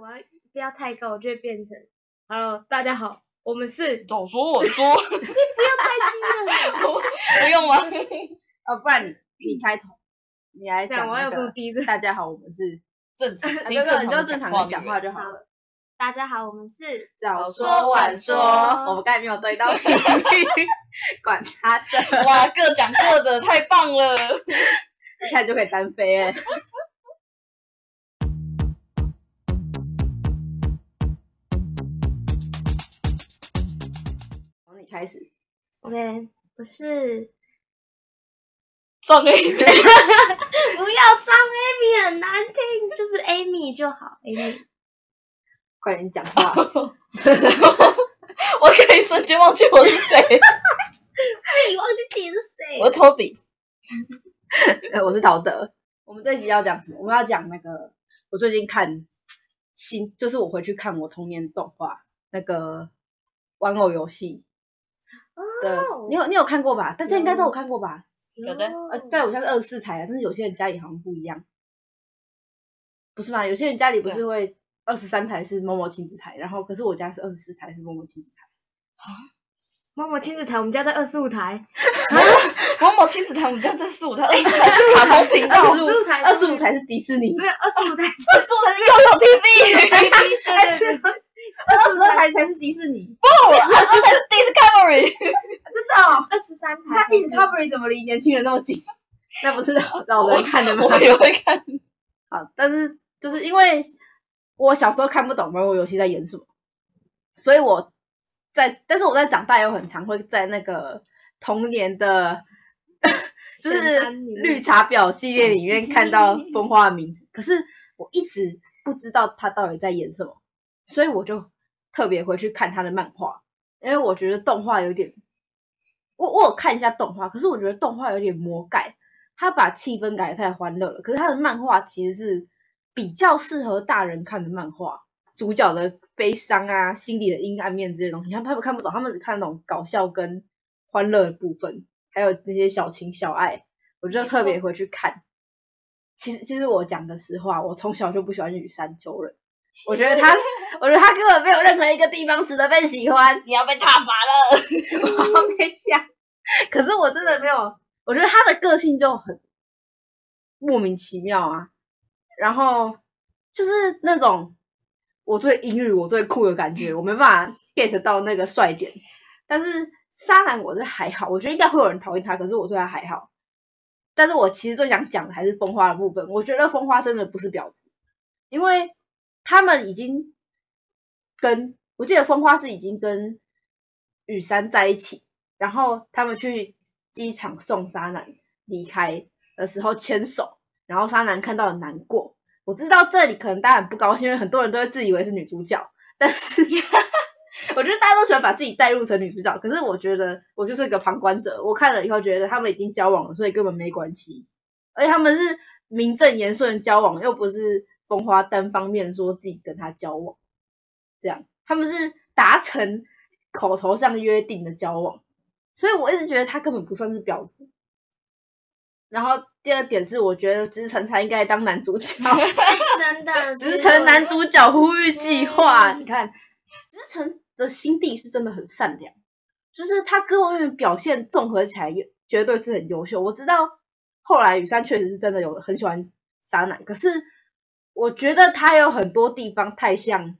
我要不要太高，我就会变成 Hello，大家好，我们是总说我 说，太低了， 不用吗？哦，不然你你开头，你来这样讲我要那有多个。低这大家好，我们是，正常，啊请对对你就正正常常的的讲话就好了。大家好，我们是早说说晚晚说说，我们刚才没有对到频率， 管他的，哇，各讲各的，太棒了！一看就可以单飞哎。从你开始， OK，我是 上个一 遍不要张 Amy 很难听，就是 Amy 就好，Amy 快点讲话，我可以瞬间忘记我是 谁。自己忘记自己是谁我是 Toby，呃我是陶德。我们这一集要讲什么？我们要讲那个我最近看新，就是我回去看我童年动画那个玩偶游戏的，你有你有看过吧？大家应该都哦有看过吧？有的哦呃，但我像是二十四才啊，但是有些人家里好像不一样，不是吗？有些人家里不对是会二十三台是某某亲子台，然后可是我家是二十四台是某某亲子台，妈妈亲子台，我们家在二十五台，某某亲子堂，我们家这四五台，二十哎四台是卡通频道，二十二五25台二十五台是迪士尼，没有二十五台是十五台是幼童 TV，飞机， 还对是对对 二十二台才是迪士尼？二十五台是 Discovery，真的哦，二十三台那才是， Discovery 怎么离年轻人那么近？ 那不是老人看的吗？我也会看。好，但是就是因为我小时候看不懂玩偶游戏在演什么，所以我在，但是我在长大以后很常会在那个童年的就是选单里面绿茶婊系列里面看到风花的名字，可是我一直不知道他到底在演什么，所以我就特别回去看他的漫画，因为我觉得动画有点，我我有看一下动画，可是我觉得动画有点魔改，他把气氛改得太欢乐了。可是他的漫画其实是比较适合大人看的漫画，主角的悲伤啊、心理的阴暗面这些东西，他们他们看不懂，他们只看得懂搞笑跟欢乐的部分，还有那些小情小爱。我就没特别错回去看。其实，其实我讲的实话，我从小就不喜欢羽山丘人。我觉得 他，我觉得他根本没有任何一个地方值得被喜欢。你要被踏伐了，我没讲。可是我真的没有，我觉得他的个性就很莫名其妙啊。然后就是那种我最英语、我最酷的感觉，我没办法 get 到那个帅点。但是沙兰我是还好，我觉得应该会有人讨厌他，可是我对他还好。但是我其实最想讲的还是风花的部分。我觉得风花真的不是婊子，因为他们已经跟我记得风花是已经跟雨山在一起，然后他们去机场送沙男离开的时候牵手，然后沙男看到很难过。我知道这里可能大家很不高兴，因为很多人都会自以为是女主角，但是我觉得大家都喜欢把自己带入成女主角。可是我觉得我就是个旁观者，我看了以后觉得他们已经交往了，所以根本没关系。而且他们是名正言顺地交往，又不是风花单方面说自己跟他交往，这样他们是达成口头上约定的交往，所以我一直觉得他根本不算是婊子。然后第二点是，我觉得直城才应该当男主角，哎真的直城男主角呼吁计划，你看，直城的心地是真的很善良，就是他各方面表现综合起来，也绝对是很优秀。我知道后来雨山确实是真的有很喜欢沙男，可是我觉得他有很多地方太像，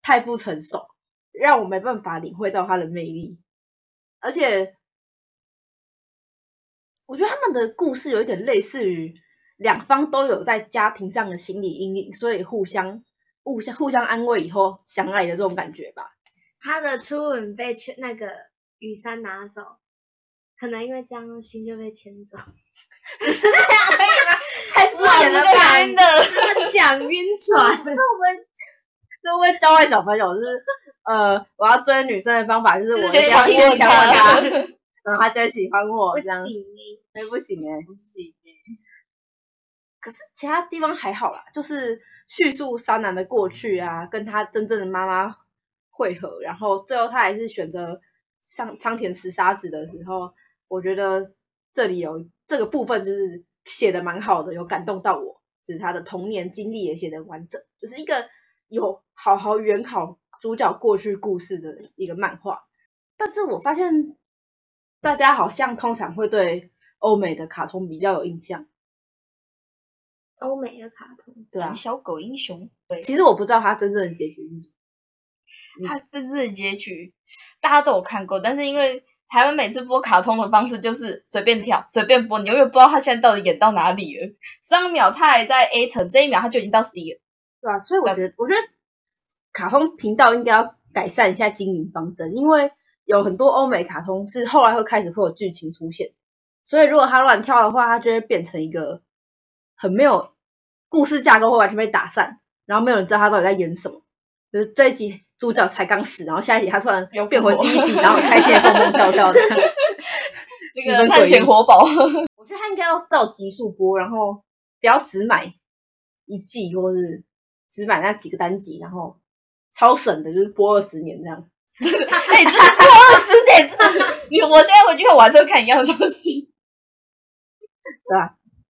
太不成熟，让我没办法领会到他的魅力，而且。我觉得他们的故事有一点类似于两方都有在家庭上的心理阴影，所以互相、互相、互相安慰以后相爱的这种感觉吧。他的初吻被牵那个雨山拿走，可能因为这样心就被牵走，太肤哇，浅哦这了个吧！晕的， 讲晕船。这会不会教坏小朋友？就是呃，我要追女生的方法就是我先强吻行强他吻 她，然后她就会喜欢我不这样。行，哎，不行哎、不行、可是其他地方还好啦，就是叙述沙男的过去啊，跟他真正的妈妈会合，然后最后他还是选择上仓田石沙子的时候，我觉得这里有这个部分就是写的蛮好的，有感动到我，就是他的童年经历也写的完整，就是一个有好好原考主角过去故事的一个漫画，但是我发现大家好像通常会对欧美的卡通比较有印象，欧美的卡通，对啊胆。小狗英雄，对，其实我不知道它真正的结局是什么，它真正的结局大家都有看过，但是因为台湾每次播卡通的方式就是随便跳、随便播，你永远不知道他现在到底演到哪里了。上一秒他还在 A 层，这一秒他就已经到 C 了。对啊，所以我觉得，我觉得卡通频道应该要改善一下经营方针，因为有很多欧美卡通是后来会开始会有剧情出现，所以如果他乱跳的话，他就会变成一个很没有故事架构，会完全被打散，然后没有人知道他到底在演什么。就是这一集主角才刚死，然后下一集他突然又复变回活第一集，然后很开心的蹦蹦跳跳的，十那分个诡探异险活宝， 我觉得他应该要照集数播，然后不要只买一季，或是只买那几个单集，然后超省的，就是播二十年这样。哎、真的播二十点，真的，你我现在回去看我还是会看一样的东西。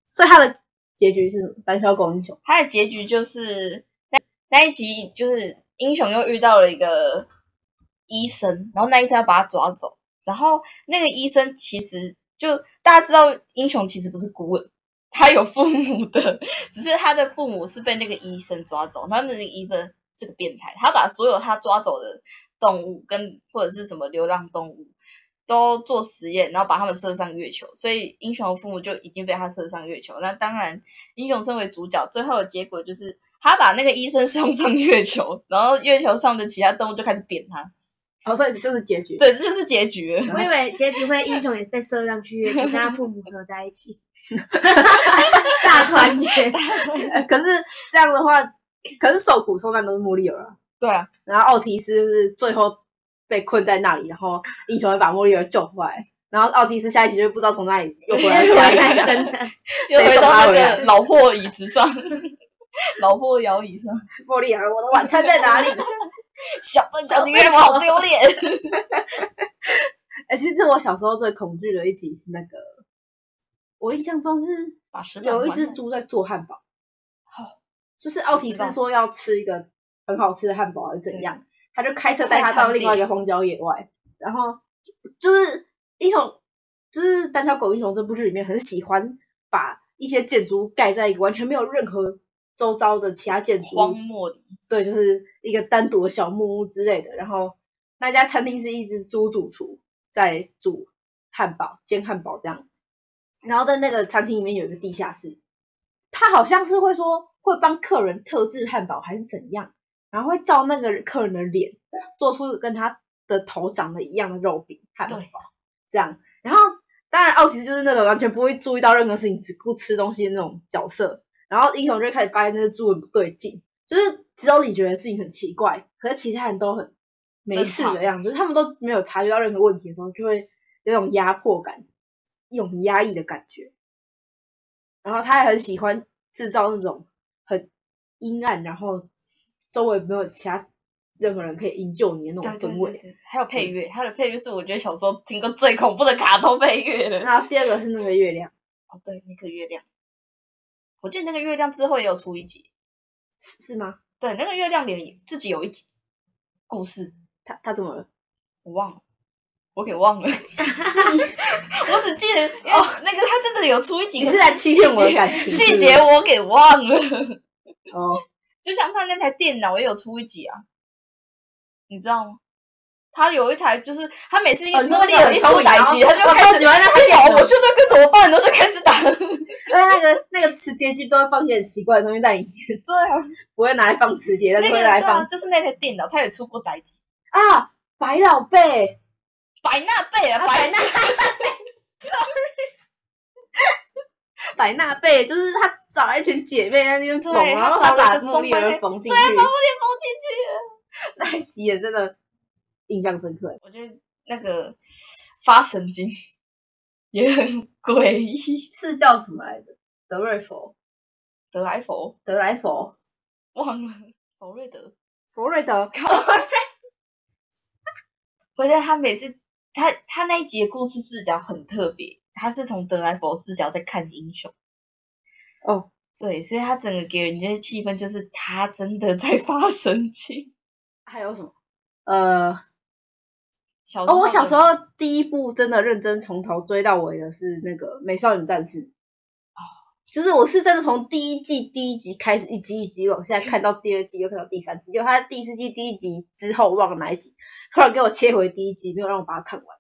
所以他的结局是什么胆小狗英雄，他的结局就是那那一集就是英雄又遇到了一个医生，然后那医生要把他抓走，然后那个医生其实就大家知道英雄其实不是孤儿，他有父母的，只是他的父母是被那个医生抓走，然后那个医生是个变态，他把所有他抓走的动物跟或者是什么流浪动物。都做实验，然后把他们射上月球，所以英雄的父母就已经被他射上月球。那当然，英雄身为主角，最后的结果就是他把那个医生送上月球，然后月球上的其他动物就开始扁他。哦，所以就是结局。对，这就是结局了。我以为结局会英雄也被射上去，就跟他父母合在一起，大团 圆。呃可是这样的话，可是受苦受难都是莫莉尔啊。对啊，然后奥提斯就是最后被困在那里，然后英雄会把莫莉尔救回来，然后奥提斯下一集就不知道从哪里又回来家里了。真 的，又回谁送到他那回来个 老破椅子上， 老破摇椅上。莫莉尔，我的晚餐在哪里？小笨小女人，我好丢脸。哎、其实我小时候最恐惧的一集是那个，我印象中是把石板有一还只了猪在做汉堡，哦，就是奥提我知斯道说要吃一个很好吃的汉堡还是怎样，他就开车快带他到餐另外一店个荒郊野外，然后就是英雄，就是《胆小狗英雄》这部剧里面很喜欢把一些建筑物盖在一个完全没有任何周遭的其他建筑物荒漠里，对，就是一个单独的小木屋之类的。然后那家餐厅是一只猪主厨在煮汉堡、煎汉堡这样。然后在那个餐厅里面有一个地下室，他好像是会说会帮客人特制汉堡还是怎样，然后会照那个客人的脸做出跟他的头长得一样的肉饼汉堡对，这样。然后当然奥奇就是那个完全不会注意到任何事情，只顾吃东西的那种角色。然后英雄就会开始发现那个猪很不对劲，就是只有你觉得事情很奇怪，可是其他人都很没事正常的样子，就是他们都没有察觉到任何问题的时候，就会有一种压迫感，一种压抑的感觉。然后他还很喜欢制造那种很阴暗，然后周围没有其他任何人可以营救你的那对种对氛对围。对，还有配乐，它的配乐是我觉得小时候听过最恐怖的卡通配乐了。然后第二个是那个月亮，哦，对，那个月亮，我记得那个月亮之后也有出一集。是是吗？对，那个月亮脸自己有一集故事，他他怎么了？我忘了，我给忘了， 我只记得哦，那个他真的有出一集，你是来欺骗我的感情是细不是节我给忘了， 哦，就像他那台电脑也有出一集啊，你知道吗？他有一台，就是他每次一哦你说茉莉那个有一出手语打然后击，他就我开超始喜欢那台 电电脑，脑我现在该怎么办？然后就开始 打。因为那个那个磁碟机都会放一些很奇怪的东西在里面，对啊，不会拿来放磁碟，但那是个会对拿来啊放就是那台电脑，他也出过打击，啊百老贝，百纳贝啊，百百纳百纳贝就是他找了一群姐妹在那边缝，对然后他他找了一个松柏把茉莉儿的缝进对啊，把去我，脸缝进去了。那一集也真的印象深刻。我觉得那个发神经也很诡异。是叫什么来着？德瑞佛，德莱佛德莱佛，忘了，佛瑞德。佛瑞德，我觉得他每次他他那一集的故事视角很特别，他是从德莱佛视角在看英雄。哦，对，所以他整个给人家的气氛就是他真的在发神经。还有什么？呃，小哦，我小时候第一部真的认真从头追到尾的是那个《美少女战士》，哦就是我是真的从第一季第一集开始，一集一集往下看到第二季，又看到第三季，就他第四季第一集之后忘了哪一集，突然给我切回第一集，没有让我把它看完。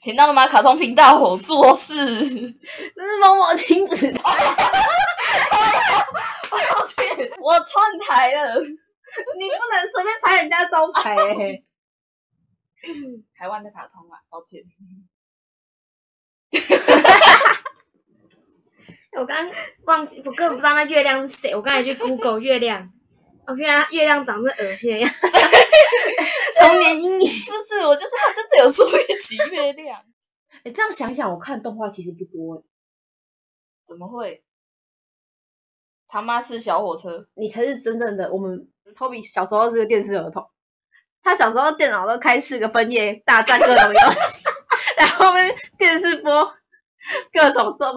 听到了吗？卡通频道我做事， 但是某某停止， 我串台了。你不能随便拆人家招牌、 欸。台湾的卡通啊，抱歉。我刚刚忘记，我根本不知道那月亮是谁。我刚才去 Google 月亮，哦，原来月亮长得恶心的样子。童年阴 影。是不是？我就是他真的有出一集月亮，哎、这样想一想，我看动画其实不多、欸， 怎么会？他妈是小火车，你才是真正的我们。Toby 小时候是个电视儿童，他小时候电脑都开四个分页大战各种游戏， 然后后面电视播各种动，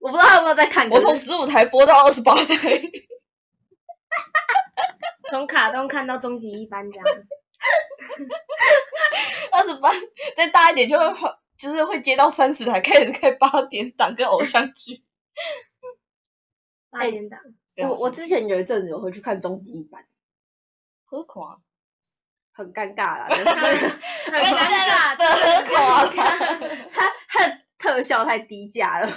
我不知道他有没有在看。我可是从十五台播到二十八台，从卡通看到终极一班这样。哎二十八再大一点就会换就是会接到三十台，开始看八点档跟偶像剧。 八点档，跟我偶像我剧之前有一阵子我会去看终极一班，何况啊很尴 尬啦，但是 很尴的尬。何况，啊它它的特效太低价了。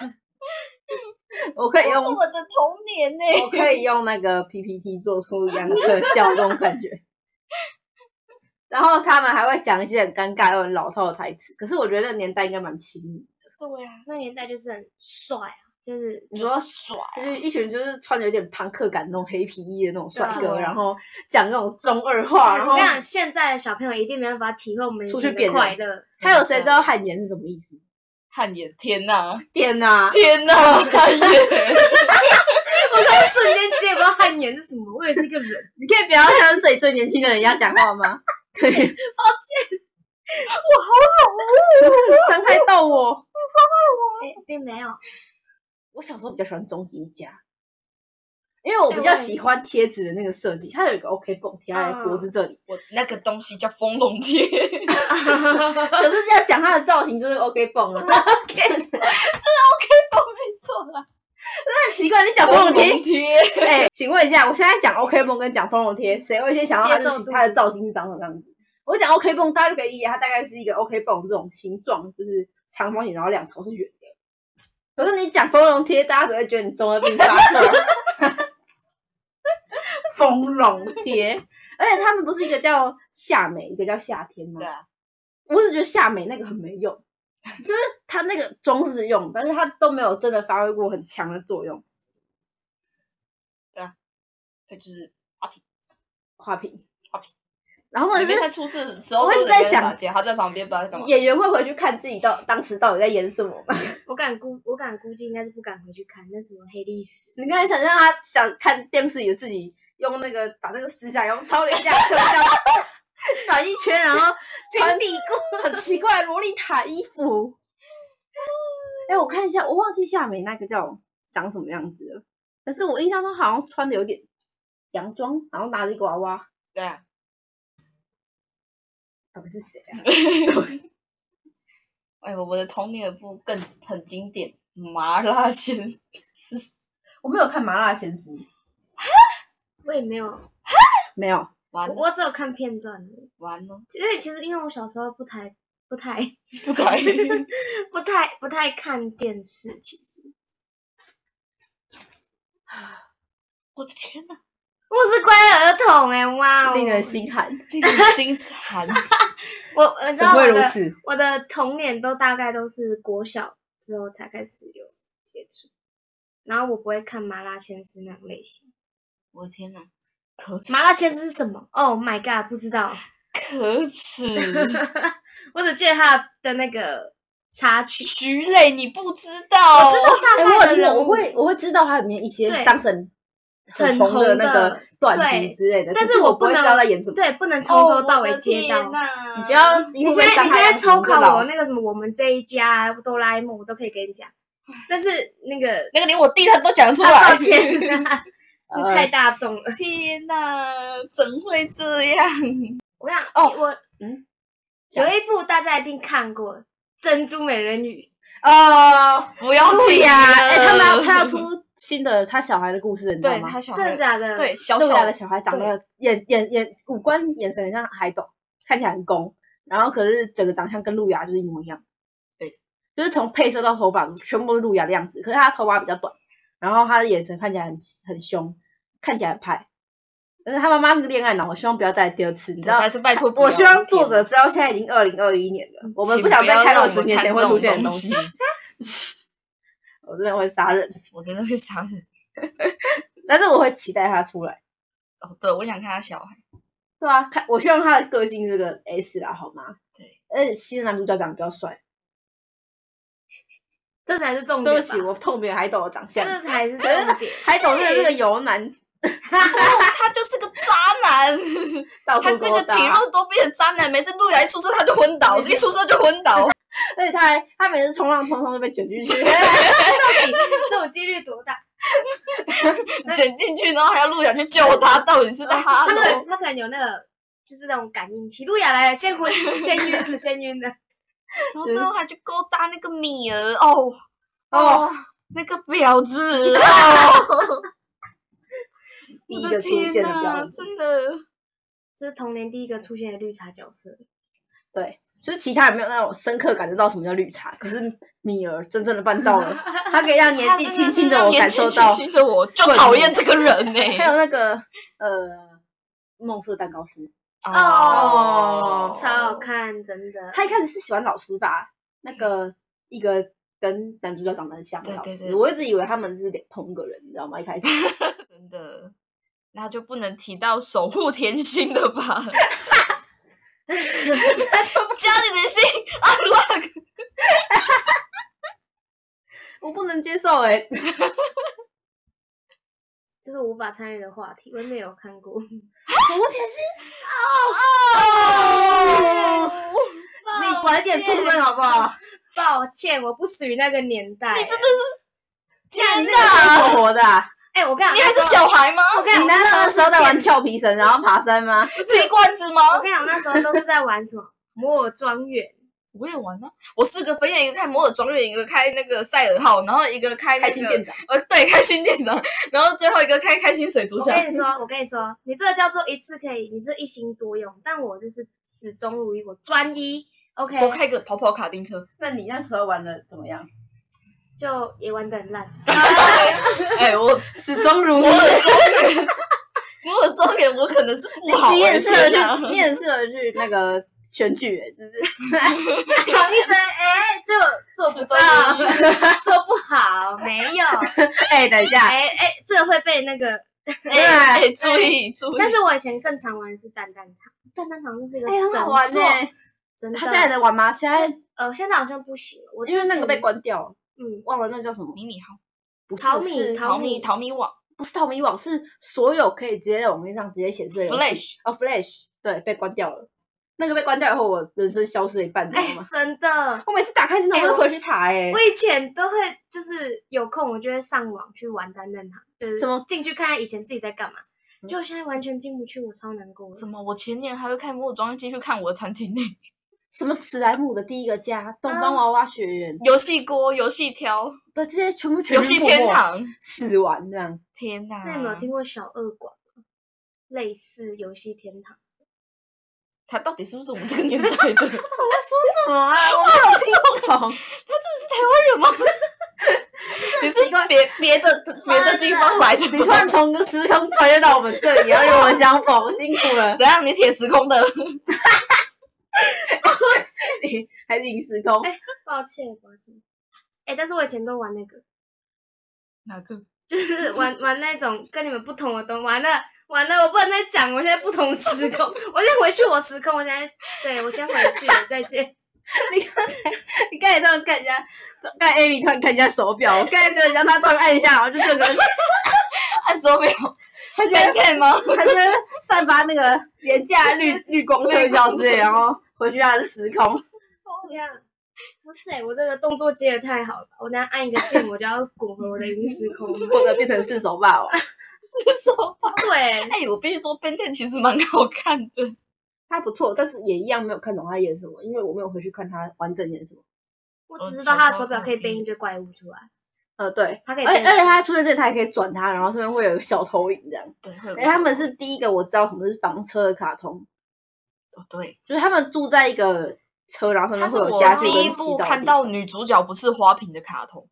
我可以我是用我的童年 呢、我可以用那个 PPT 做出两特效那种感觉。然后他们还会讲一些很尴尬又很老套的台词，可是我觉得那个年代应该蛮新颖的。对啊，那年代就是很帅啊，就是你说帅啊、就是一群就是穿着有点朋克感那种黑皮衣的那种帅对哥，啊哎然后讲那种中二啊话，然我后跟你讲，现在的小朋友一定没办法体会我们以出去前的扁快人乐。 还有谁知道汗颜是什么意思？汗颜，天哪、天哪、天哪、 汗颜，我刚刚瞬间接不到汗颜是什么，我 也是一个人。你可以不要像自己最年轻的人一样讲话吗？对，抱歉，我好 老哦，伤害到我。哎，并没有。我小时候比较喜欢终极一家，因为我比较喜欢贴纸的那个设计，它有一个 OK 绷贴在脖子这里。我那个东西叫丰隆贴，可是要讲它的造型就是 OK 绷了， 没错 啦，很奇怪。你讲丰丰隆隆贴，贴。哎、请问一下，我现在讲 OK 绷跟讲丰隆贴，谁会先想到它接的受度它的造型是长什么样子？我讲 OK 绷，大家就可以理解它大概是一个 OK 绷这种形状，就是长方形，然后两头是圆的。可是你讲丰隆贴，大家只会觉得你中二病发作。 丰隆贴，而且他们不是一个叫夏美，一个叫夏天吗？对啊，我只觉得夏美那个很没用，就是它那个装饰用，但是它都没有真的发挥过很强的作用。他就是花瓶，花瓶。然后或者里是面他出事的时候，我一直都人在家想打架，他在旁边不知道在干嘛。演员会回去看自己 到当时到底在演什么吗？我敢估，我敢估计应该是不敢回去看那什么黑历史。你刚才想象他想看电视里的自己用那个把那个思想用超廉 价的特效转一圈，然后穿底裤，很奇怪的洛丽塔衣服。 哎、我看一下，我忘记夏美那个叫长什么样子了，可是我印象中好像穿的有点洋装，然后拿着一个娃娃，对啊，到底是谁啊？哎呦，我的童年有部更很经典，《麻辣鲜 师》我没有看《麻辣鲜师》，我也没有，没有，完我了我只有看片段而已。完了，其实其实因为我小时候不太不太哦 不才 不太不太看电视，其实我的天哪，我是乖儿童哎、哇哦！令人心寒，令人心寒。 我我知怎道么我会如的此？我的童年都大概都是国小之后才开始有接触，然后我不会看麻辣鲜师那种类型。我的天哪，可耻麻辣鲜师是什么？Oh my god，不知道。可耻！我只记得他的那个插曲，徐磊，你不知道？大哎、概我有的听人过，我物会我会知道它里面一些对当成很红红的那的个段对子之类的，但可是是我不不会知能道在演什么。对，不能哦从头到我尾的接到天。哪你不要因为你现在伤你害现在到抽别考人就老我那个什么，我们这一家哆啦 A 梦，我都可以跟你讲。但是那个那个连我弟他都讲出来，啊，抱 歉，呃 太大众了。 天哪，怎会这样？我想哦我嗯有一部大家一定看过《珍珠美人鱼哦，不要对提呀，了哎，他们呃要他要出新的他小孩的故事，你知道哦对吗他》，小真孩的假的？对，小露哦小亚的小孩长得眼眼眼五官眼神很像海斗，看起来很攻，然后可是整个长相跟露雅就是一模一样。对，就是从配色到头发全部都是露雅的样子，可是她头发比较短，然后她的眼神看起来很很凶，看起来很派。但是她妈妈是个恋爱脑，我希望不要再来第二次，你知道拜。托拜托不要，我希望作者知道现在已经二零二一年了，我们请不想要再看让二我十们年看前会这出种现的东东西。我真的会杀人，我真的会杀人。但是我会期待他出来。哦，对，我想看他小孩，对啊，看我希望他的个性这个 S 啦，好吗？对，而且新的男主角长得比较帅。这才是重对点不吧。起，我痛扁海斗的长相，这才是重点。海斗是这个油男，哦他就是个渣 男，到他处是勾个搭体弱多病的渣男。每次路雅一出生他就昏倒，一出生就昏 倒。而且他还他每次冲浪冲冲就被卷进去， 到底这种几率多大？卷进去，然后还要陆雅去救他，到底是在 哈他可喽？能他可能有那个就是那种感应器，路亚来了，先昏，先晕了，先晕了。然后最后还去勾搭那个米儿，哦哦，那个婊 子，啊第我一的个出天现的哪，标志，真的。这是童年第一个出现的绿茶角色，对，就是其他人没有那种深刻感受到什么叫绿茶，可是米儿真正的办到了，他可以 让年纪轻轻的我感受到，轻轻的我就讨厌这个 人呢、还有那个呃梦色蛋糕师，哦哦超好看，真的。他一开始是喜欢老师吧？那个一个跟男主角长得很像的对老师，对对我一直以为他们是同一个人，你知道吗？一 开始真的。那就不能提到守护甜心了吧？ 家里的心啊，我不能接受哎、这是我无法参与的话题，我也没有看过。 我甜心哦哦， 你晚点出生好不好？抱歉，我不属于那个年代。你真的是你天那个哪！生活活的、啊，哎、我跟你你还讲，是小孩吗？我跟你你讲，那时候时候在玩。玩跳皮绳，然后爬山吗？吃罐子吗？我跟你讲，那时候都是在玩什么摩尔庄园，我也玩啊！我四个分院，一个开摩尔庄园，一个开那个赛尔号，然后一个开那开心个店长，呃，对，开心店长，然后最后一个开开心水族我啊箱。跟你说，我跟你说，你这个叫做一次可以，你这一心多用，但我就是始终如一，我专一。OK，多开一个跑跑卡丁车，那你那时候玩的怎么样？就也玩的很烂。哎、我 始终 如摩尔庄园，摩尔庄园，我可能是啊不好你玩很适合的、去，你很适合去那个选举、欸，就是讲一堆，哎、就做不到， 做不好，没有。 哎、等一下，哎、哎、这会被那个。对哎、注意注意，但是我以前更常玩的是蛋蛋糖，蛋蛋糖就是一个哎、神很好玩作，呢、真的。他现在还能玩吗？现在呃，现在好像不行了，我因为之那个被前关掉了，嗯，忘了那叫什么，迷你号、不是淘米是淘淘米、米淘米网、不是淘米网，是所有可以直接在网页上直接显示的游戏 Flash 哦，Flash 对，被关掉了。那个被关掉以后，我人生消失了一半，你知哎、道吗？真的。我每次打开电脑哎都我会回去查哎、我以前都会就是有空，我就会上网去玩单人堂，就是什么进去看看以前自己在干嘛。嗯就我现在完全进不去，我超难过的。什么？我前年还会看摩尔庄园进去看我的餐厅呢，什么史莱姆的第一个家，东方娃娃学院， 游戏锅、游戏挑、对，这些全部全游部戏天堂，死完这样。天哪！那你有没有听过小恶馆吗？类似游戏天堂，他到底是不是我们这个年代的？他 真的我在说什么啊？ 我没有听懂。是台湾人吗？ 你是奇怪别啊别的别的地方来的你突然吗？从时空穿越到我们这里，然后与我们相逢，辛苦了。 怎样？你铁时空的？你还是影时 空？抱歉，抱歉。哎、但是我以前都玩那个， 哪个？就是玩玩那种跟你们不同的东西。完了完了，我不能再讲，我现在不同时空， 我先回去我时空，我现在对我先回去了，再见。 你刚才突然看人家，看 Amy 突然看人家手表，我刚才跟人家他突然按一下，然后就整个人， 按手表 他觉？Ben 得 Ten 吗？他觉得散发那个 廉价绿绿光特效之类，然后回去他的时空。这样不是哎、我这个动作接的太好了吧，我等下按一个键，我就 要滚回我的云时空。或者变成四手霸王。是说，对，哎、我必须说，变电其实蛮好看的。他不错，但是也一样没有看懂他演什么，因为我没有回去看他完整演什么。我只知道他的手表可以变一堆怪物出来，呃，对，它可以而变且而且他出现这里，他还可以转他，然后上面会有一个小投影这样。对，会有哎，他们是第一个我知道什么是房车的卡通，哦，对，就是他们住在一个车，然后上它面是会有我家具第跟一洗部澡的看地到方女主角不是花瓶的卡通，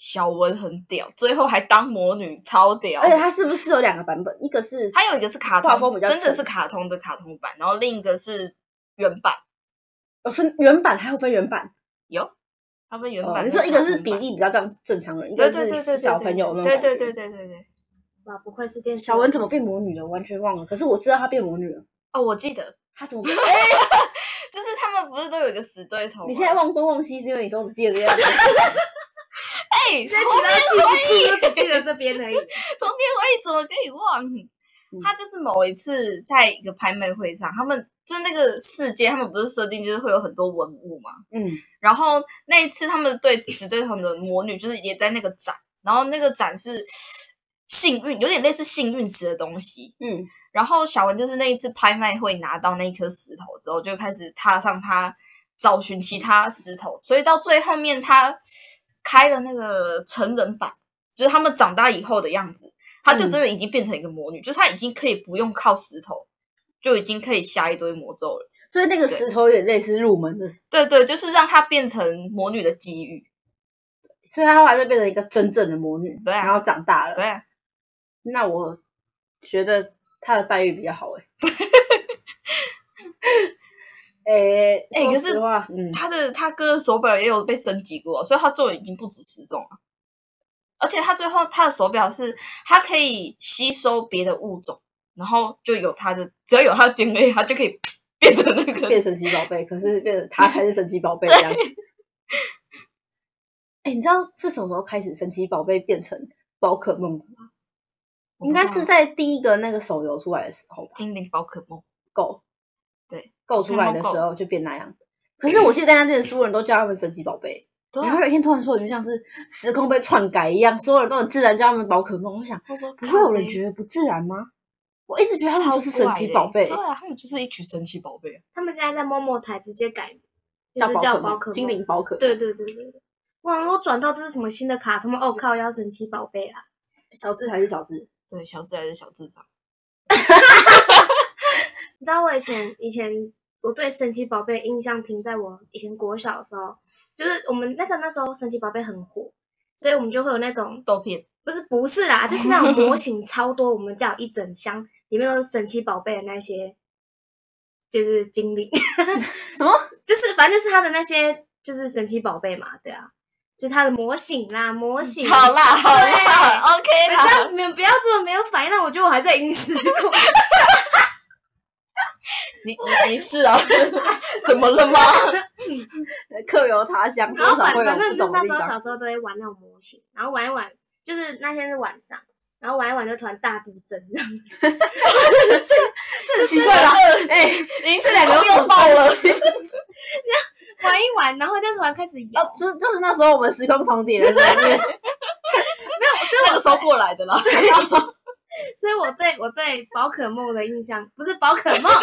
小文很屌，最后还当魔女，超屌。而且它是不是有两个版本？一个是还有一个是卡画风通，比较真的沉是卡通的卡通版，然后另一个是原版，哦，是原版，还有分原版。有，他们原哦，版、你说一个是比，例比较正正常人，一对个对对对对是对，小朋友那种。对对对。对对对。哇，不愧是电视。小文怎么变魔女的？我完全忘了。可是我知道她变魔女了。哦，我记得，她怎么变？哎，就是他们不是都有一个死对头吗？你现在忘东忘西，是因为你都只记得这样。哎，现在其他记不住，就只记得这边而已。 童年回忆怎么可以忘？他就是某一次在一个拍卖会上，他们就那个世界，他们不是设定就是会有很多文物嘛。 嗯，然后那一次他们对死对头的魔女，就是也在那个展，然后那个展是 幸运，有点类似幸运石的东西。嗯，然后小文就是那一次拍卖会拿到那一颗石头之后，就开始踏上他找寻其他石头，所以到最后面他开了那个成人版，就是他们长大以后的样子，他就真的已经变成一个魔女，就是他已经可以不用靠石头，就已经可以下一堆魔咒了。所以那个对石头有点类似入门的，对对，就是让他变成魔女的机遇。所以她后来就变成一个真正的魔女。对啊然后长大了。对啊，那我觉得她的待遇比较好 哎。哎哎可说是实话，嗯，他的他哥的手表也有被升级过，所以他做的已经不止十种了。而且他最后他的手表是，它可以吸收别的物种，然后就有他的，只要有他的 DNA，他就可以 变成那 个。变神奇宝贝，可是变成他才是神奇宝贝这样。哎、你知道是什么时候开始神奇宝贝变成宝可梦的吗？我应不知该道是在第一个那个手游出来的时候吧精灵宝可梦， ，Go 对 Go 出来的时候就变那样。可是我记得大家之前所有人都叫他们神奇宝贝，对啊然后有一天突然说，就像是时空被篡改一样，所有人都很自然叫他们宝可梦。我想，他说不会有人得觉得不自然吗？我一直觉得他们就是神奇宝贝，对啊，他们就是一群神奇宝贝。啊他们现在在某某台直接改名，就是叫叫宝可宝梦可梦精灵。宝可梦。对对对对对。哇！我转到这是什么新的卡通吗？哦靠，要神奇宝贝啊！小智才是小智，对，小智还是小智长，你知道我以前以前我对神奇宝贝印象停在我以前国小的时候，就是我们那个那时候神奇宝贝很火，所以我们就会有那种豆片不是不是啦，就是那种模型超多，我们家有一整箱，里面都是神奇宝贝的那些，就是精灵，什么？ 就是反正就是他的那些就是神奇宝贝嘛，对啊，就是他的模型啦，模型。好啦好 啦，OK 你这啦，样你们不要这么没有反应，让我觉得我还在饮食控。你你你是 啊？怎么了吗？客游他乡，多然后少反会有反正不就懂是的那地时候方。小时候都会玩那种模型，然后玩一玩，就是那天是晚上，然后玩一玩就突然大地震，这样 这很奇怪啦，哎，您这两个又爆了，玩一玩，然后就突然开始摇，哦，就就是那时候我们时空重叠的时候， 那个时候过来的啦。所以我对我对宝可梦的印象不是宝可梦，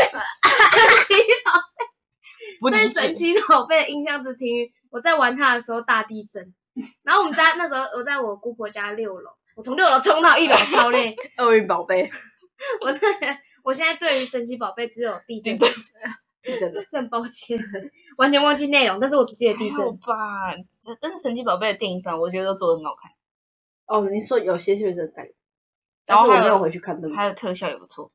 不对神奇宝贝的印象只停于我在玩它的时候大地震， 然后我们家那时候我在我姑婆家六楼，我从六楼冲到一楼，超累， 鳄鱼宝贝，我真的我现在对于神奇宝贝只有地震地，震真的真的抱歉， 完全忘记内容，但是我只记得地还好震。吧？但是神奇宝贝的电影版，我觉得都做的很好看，哦，你说有些确实感觉，然但后是我还有没有回去看，对不起它，的特效也不错。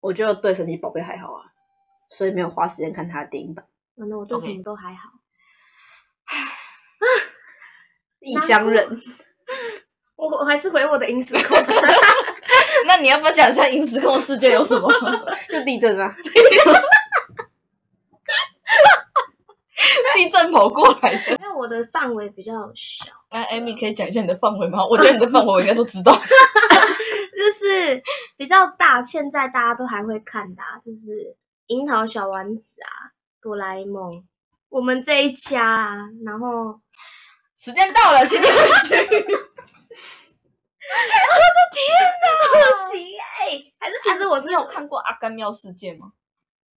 我就对神奇宝贝还好啊，所以没有花时间看它的电影版。完了，我对 OK 什么都还好。异乡人，我我还是回我的饮食控。 那你要不要讲一下《银时空世界》有什么？就地震啊， 地震跑过来的？因为我的范围比较小，哎，Amy 可以讲一下你的范围吗？我觉得你的范围我应该都知 道。就是比较大，现在大家都还会看的、啊，就是《樱桃小丸子》啊，哆啦 A 梦，我们这一家啊，然 后时间到了， 请你们去。不行哎、还是其实我是啊你有看过《阿甘妙世界》吗？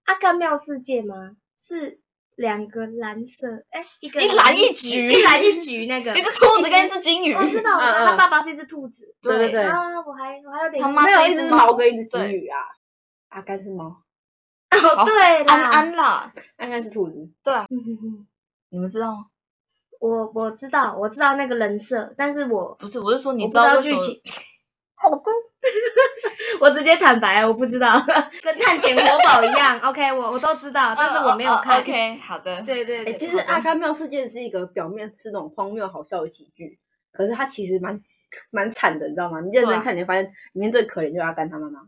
阿甘妙世界吗？是两个蓝色，哎、一个一蓝一橘一蓝一橘 那个。一只兔子跟一只金鱼， 我知道，我知嗯道，嗯他爸爸是一只兔子。对对对啊，我还我还有点他妈没是有一一只只猫猫跟一只对金鱼啊，阿甘是猫，哦，啊对啦安， 安啦。阿甘是兔子，嗯哼哼你们知道吗？我我知道，我知道那个人设，但是我不是，我是说你我不知道知道为什么剧情？ 好的，我直接坦白，啊我不知道，跟探险活宝一样。OK，我我都知道，但是我没有哦哦看。哦 OK，好的。对对哎、对，其实《好的阿甘妙世界》是一个表面是那种荒谬好笑的喜剧，可是它其实蛮蛮惨的，你知道吗？你认对真啊看，你会发现里面最可怜就是阿甘他妈妈，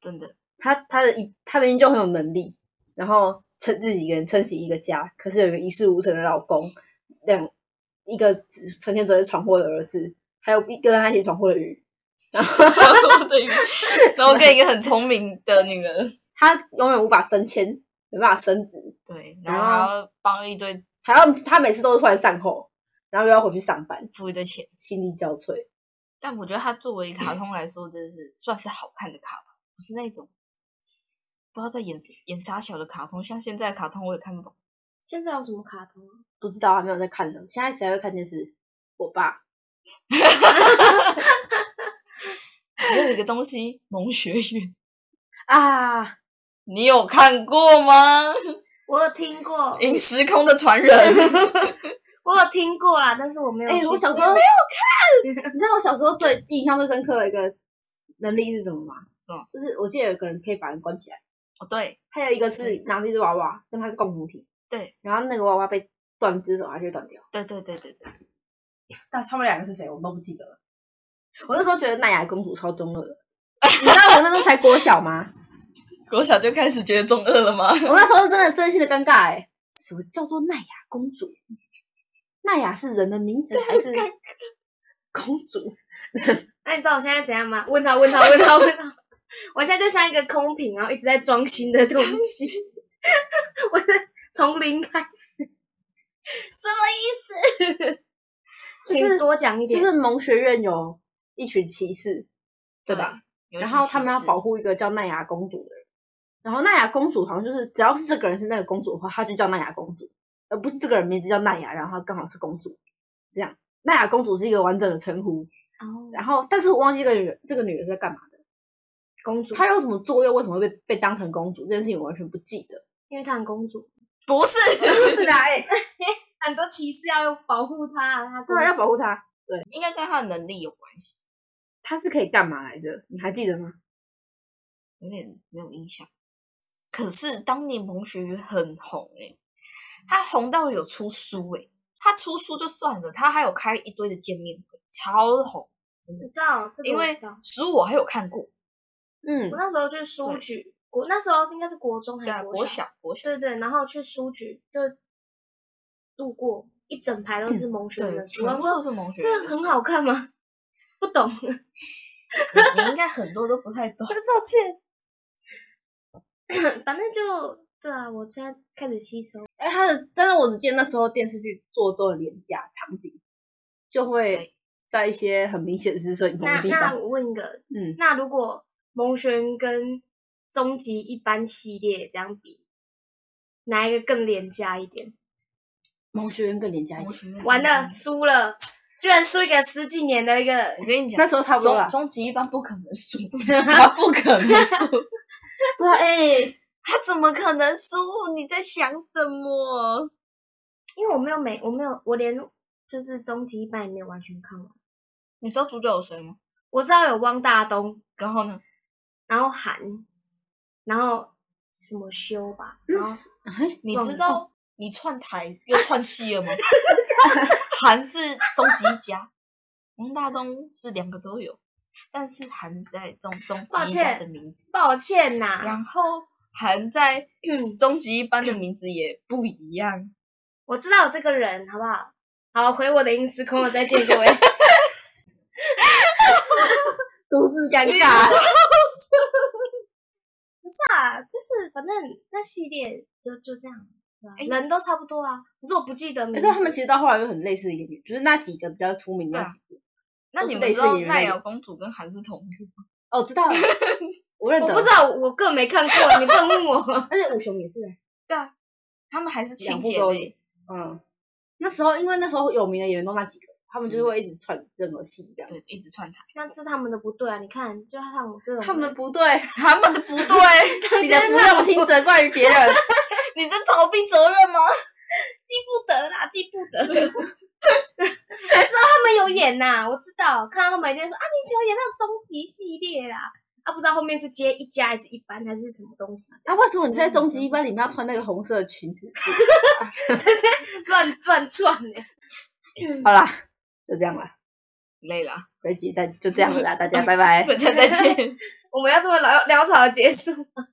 真的，他他的一他明明就很有能力，然后撑自己一个人撑起一个家，可是有一个一事无成的老公，两一个只成天只会闯祸的儿子，还有一个跟他一起闯祸的鱼，然后对。 然后跟一个很聪明的女人，他永远无法升迁，没办法升职， 对，然然后后还要帮一堆还要他每次都是突然善后，然后又要回去上班，付一堆钱。心力交瘁。但我觉得它作为卡 通来说，真是算是好看的卡通，不是那种不知道在演演傻小的卡通。像现在的卡通我也看不懂，现在有什么卡通？啊不知道，还没有在看呢。现在谁还会看电视？我爸。还有一个东西《萌学园》，啊，你有看过吗？我有听过， 《银时空的传 人》我有听过啦，但是我没有去哎、追。我小时候没有看。你知道我小时候最印象最深刻的一个能力是什么吗？什么就是我记得有个人可以把人关起来，哦，对，还有一个是拿着一只娃娃，跟他是共同体。对。然后那个娃娃被断只手，还是断掉。对对对对对，但是他们两个是谁，我们都不记得了。我那时候觉得奈雅公主超中 二的，你知道我那时候才国小吗？我小就开始觉得中二了吗？我那时候真的真心的尴尬哎、什么叫做奈雅公主？奈雅是人的名字还是尴公主？那你知道我现在怎样吗？问他，问他，问他，问他。我现在就像一个空瓶，然后一直在装新的东西。 我是从零开始，什么意思？就请是多讲一就点。是萌学院有一群骑士，对吧？？有一然群后他们要骑士保护一个叫奈雅公主的人。然后奈雅公主好像就是，只要是这个人是那个公主的话，她就叫奈雅公主，而不是这个人名字叫奈雅，然后她刚好是公主。这样，奈雅公主是一个完整的称呼。哦，然后，但是我忘记这个女人这个女人是在干嘛的，公主，她有什么作用？为什么会被被当成公主？这件事情我完全不记得。因为她很公主，不是， 不是的，哎、很多骑士要保护她，啊她 对，啊要护。保护他。应该跟他的能力有关系，他是可以干嘛来着？你还记得吗？有点没有印象。可是当年萌学园很红诶、他红到有出书诶、他出书就算了，他还有开一堆的见面会，超红，真你的。知道，这个因我为知道。书我还有看过，嗯我，那时候去书对局，国那时候应该是嗯国中还对啊，是国小国小对对，然后去书局就路过一整排都是萌学园嗯对，的书，然全后部都是萌学园这的个书。很好看吗？不懂，你，你应该很多都不太 懂。抱歉。反正就对啊，我现在开始吸收。哎、他的，但是我只记得那时候电视剧做多的廉价场景，就会对在一些很明显是摄影棚那的地那方。我问一个，嗯，那如果蒙轩跟终极一般系列这样比，哪一个更廉价一点？毛学院更廉价一萌点。学园完真的了，输了，居然输一个十几年的一个，我跟你讲那，时候差不多终了。终极一般不可能 输，他不可能输， 对啊，哎、他怎么可能输？你在想什么？因为我没有每我没有我连就是终极一般也没有完全看完，你知道主角有谁吗？我知道有汪大东，然后呢？然后韩，然后什么修吧，嗯然后哎，你忘知了道 你串台又串戏了吗？ 韩是终极一家，王大东是两个都有，但是韩在终终抱极一家歉的名字，抱歉啊呐、然后韩在嗯终极一班的名字也不一 样。我知道有这个人，好不好？好，回我的银时空了，再见各 位。独自尴 尬。啊不是啊，就是反正那系列就就这样，哎人都差不多啊，只是我不记得名可字。是哎啊他们其实到后来又很类似的演员，就是那几个比较出名的那几个。那都你是们类知似道演员奈类的尔公主跟韩是同一个吗？哦，我知道了，我认我得。不知道，我更没看过，你不能问我。而且五雄也是欸，对啊，他们还是亲两部姐都妹。嗯，那时候因为那时候有名的演员都那几个，他们就是会一直串任何戏这样。对，一直串台，那是他们的不对啊！你看，就像我这种人，他们不对，他们的不对， 你的不用心责怪于别 人。你在逃避责任吗？记不得啦，记不 得。我知道他们有演呐、我知道，看到他们一定说啊，你以前有演那个终极系列啦，啊，不知道后面是接一家还是一班还是什么东西，啊那、为什么你在终极一班里面要穿那个红色的裙子？乱乱窜 哎、好啦，就这样啦，累了，这一集再就这样了啦，大家拜拜。大家再见。我们要这么潦潦草的结束吗？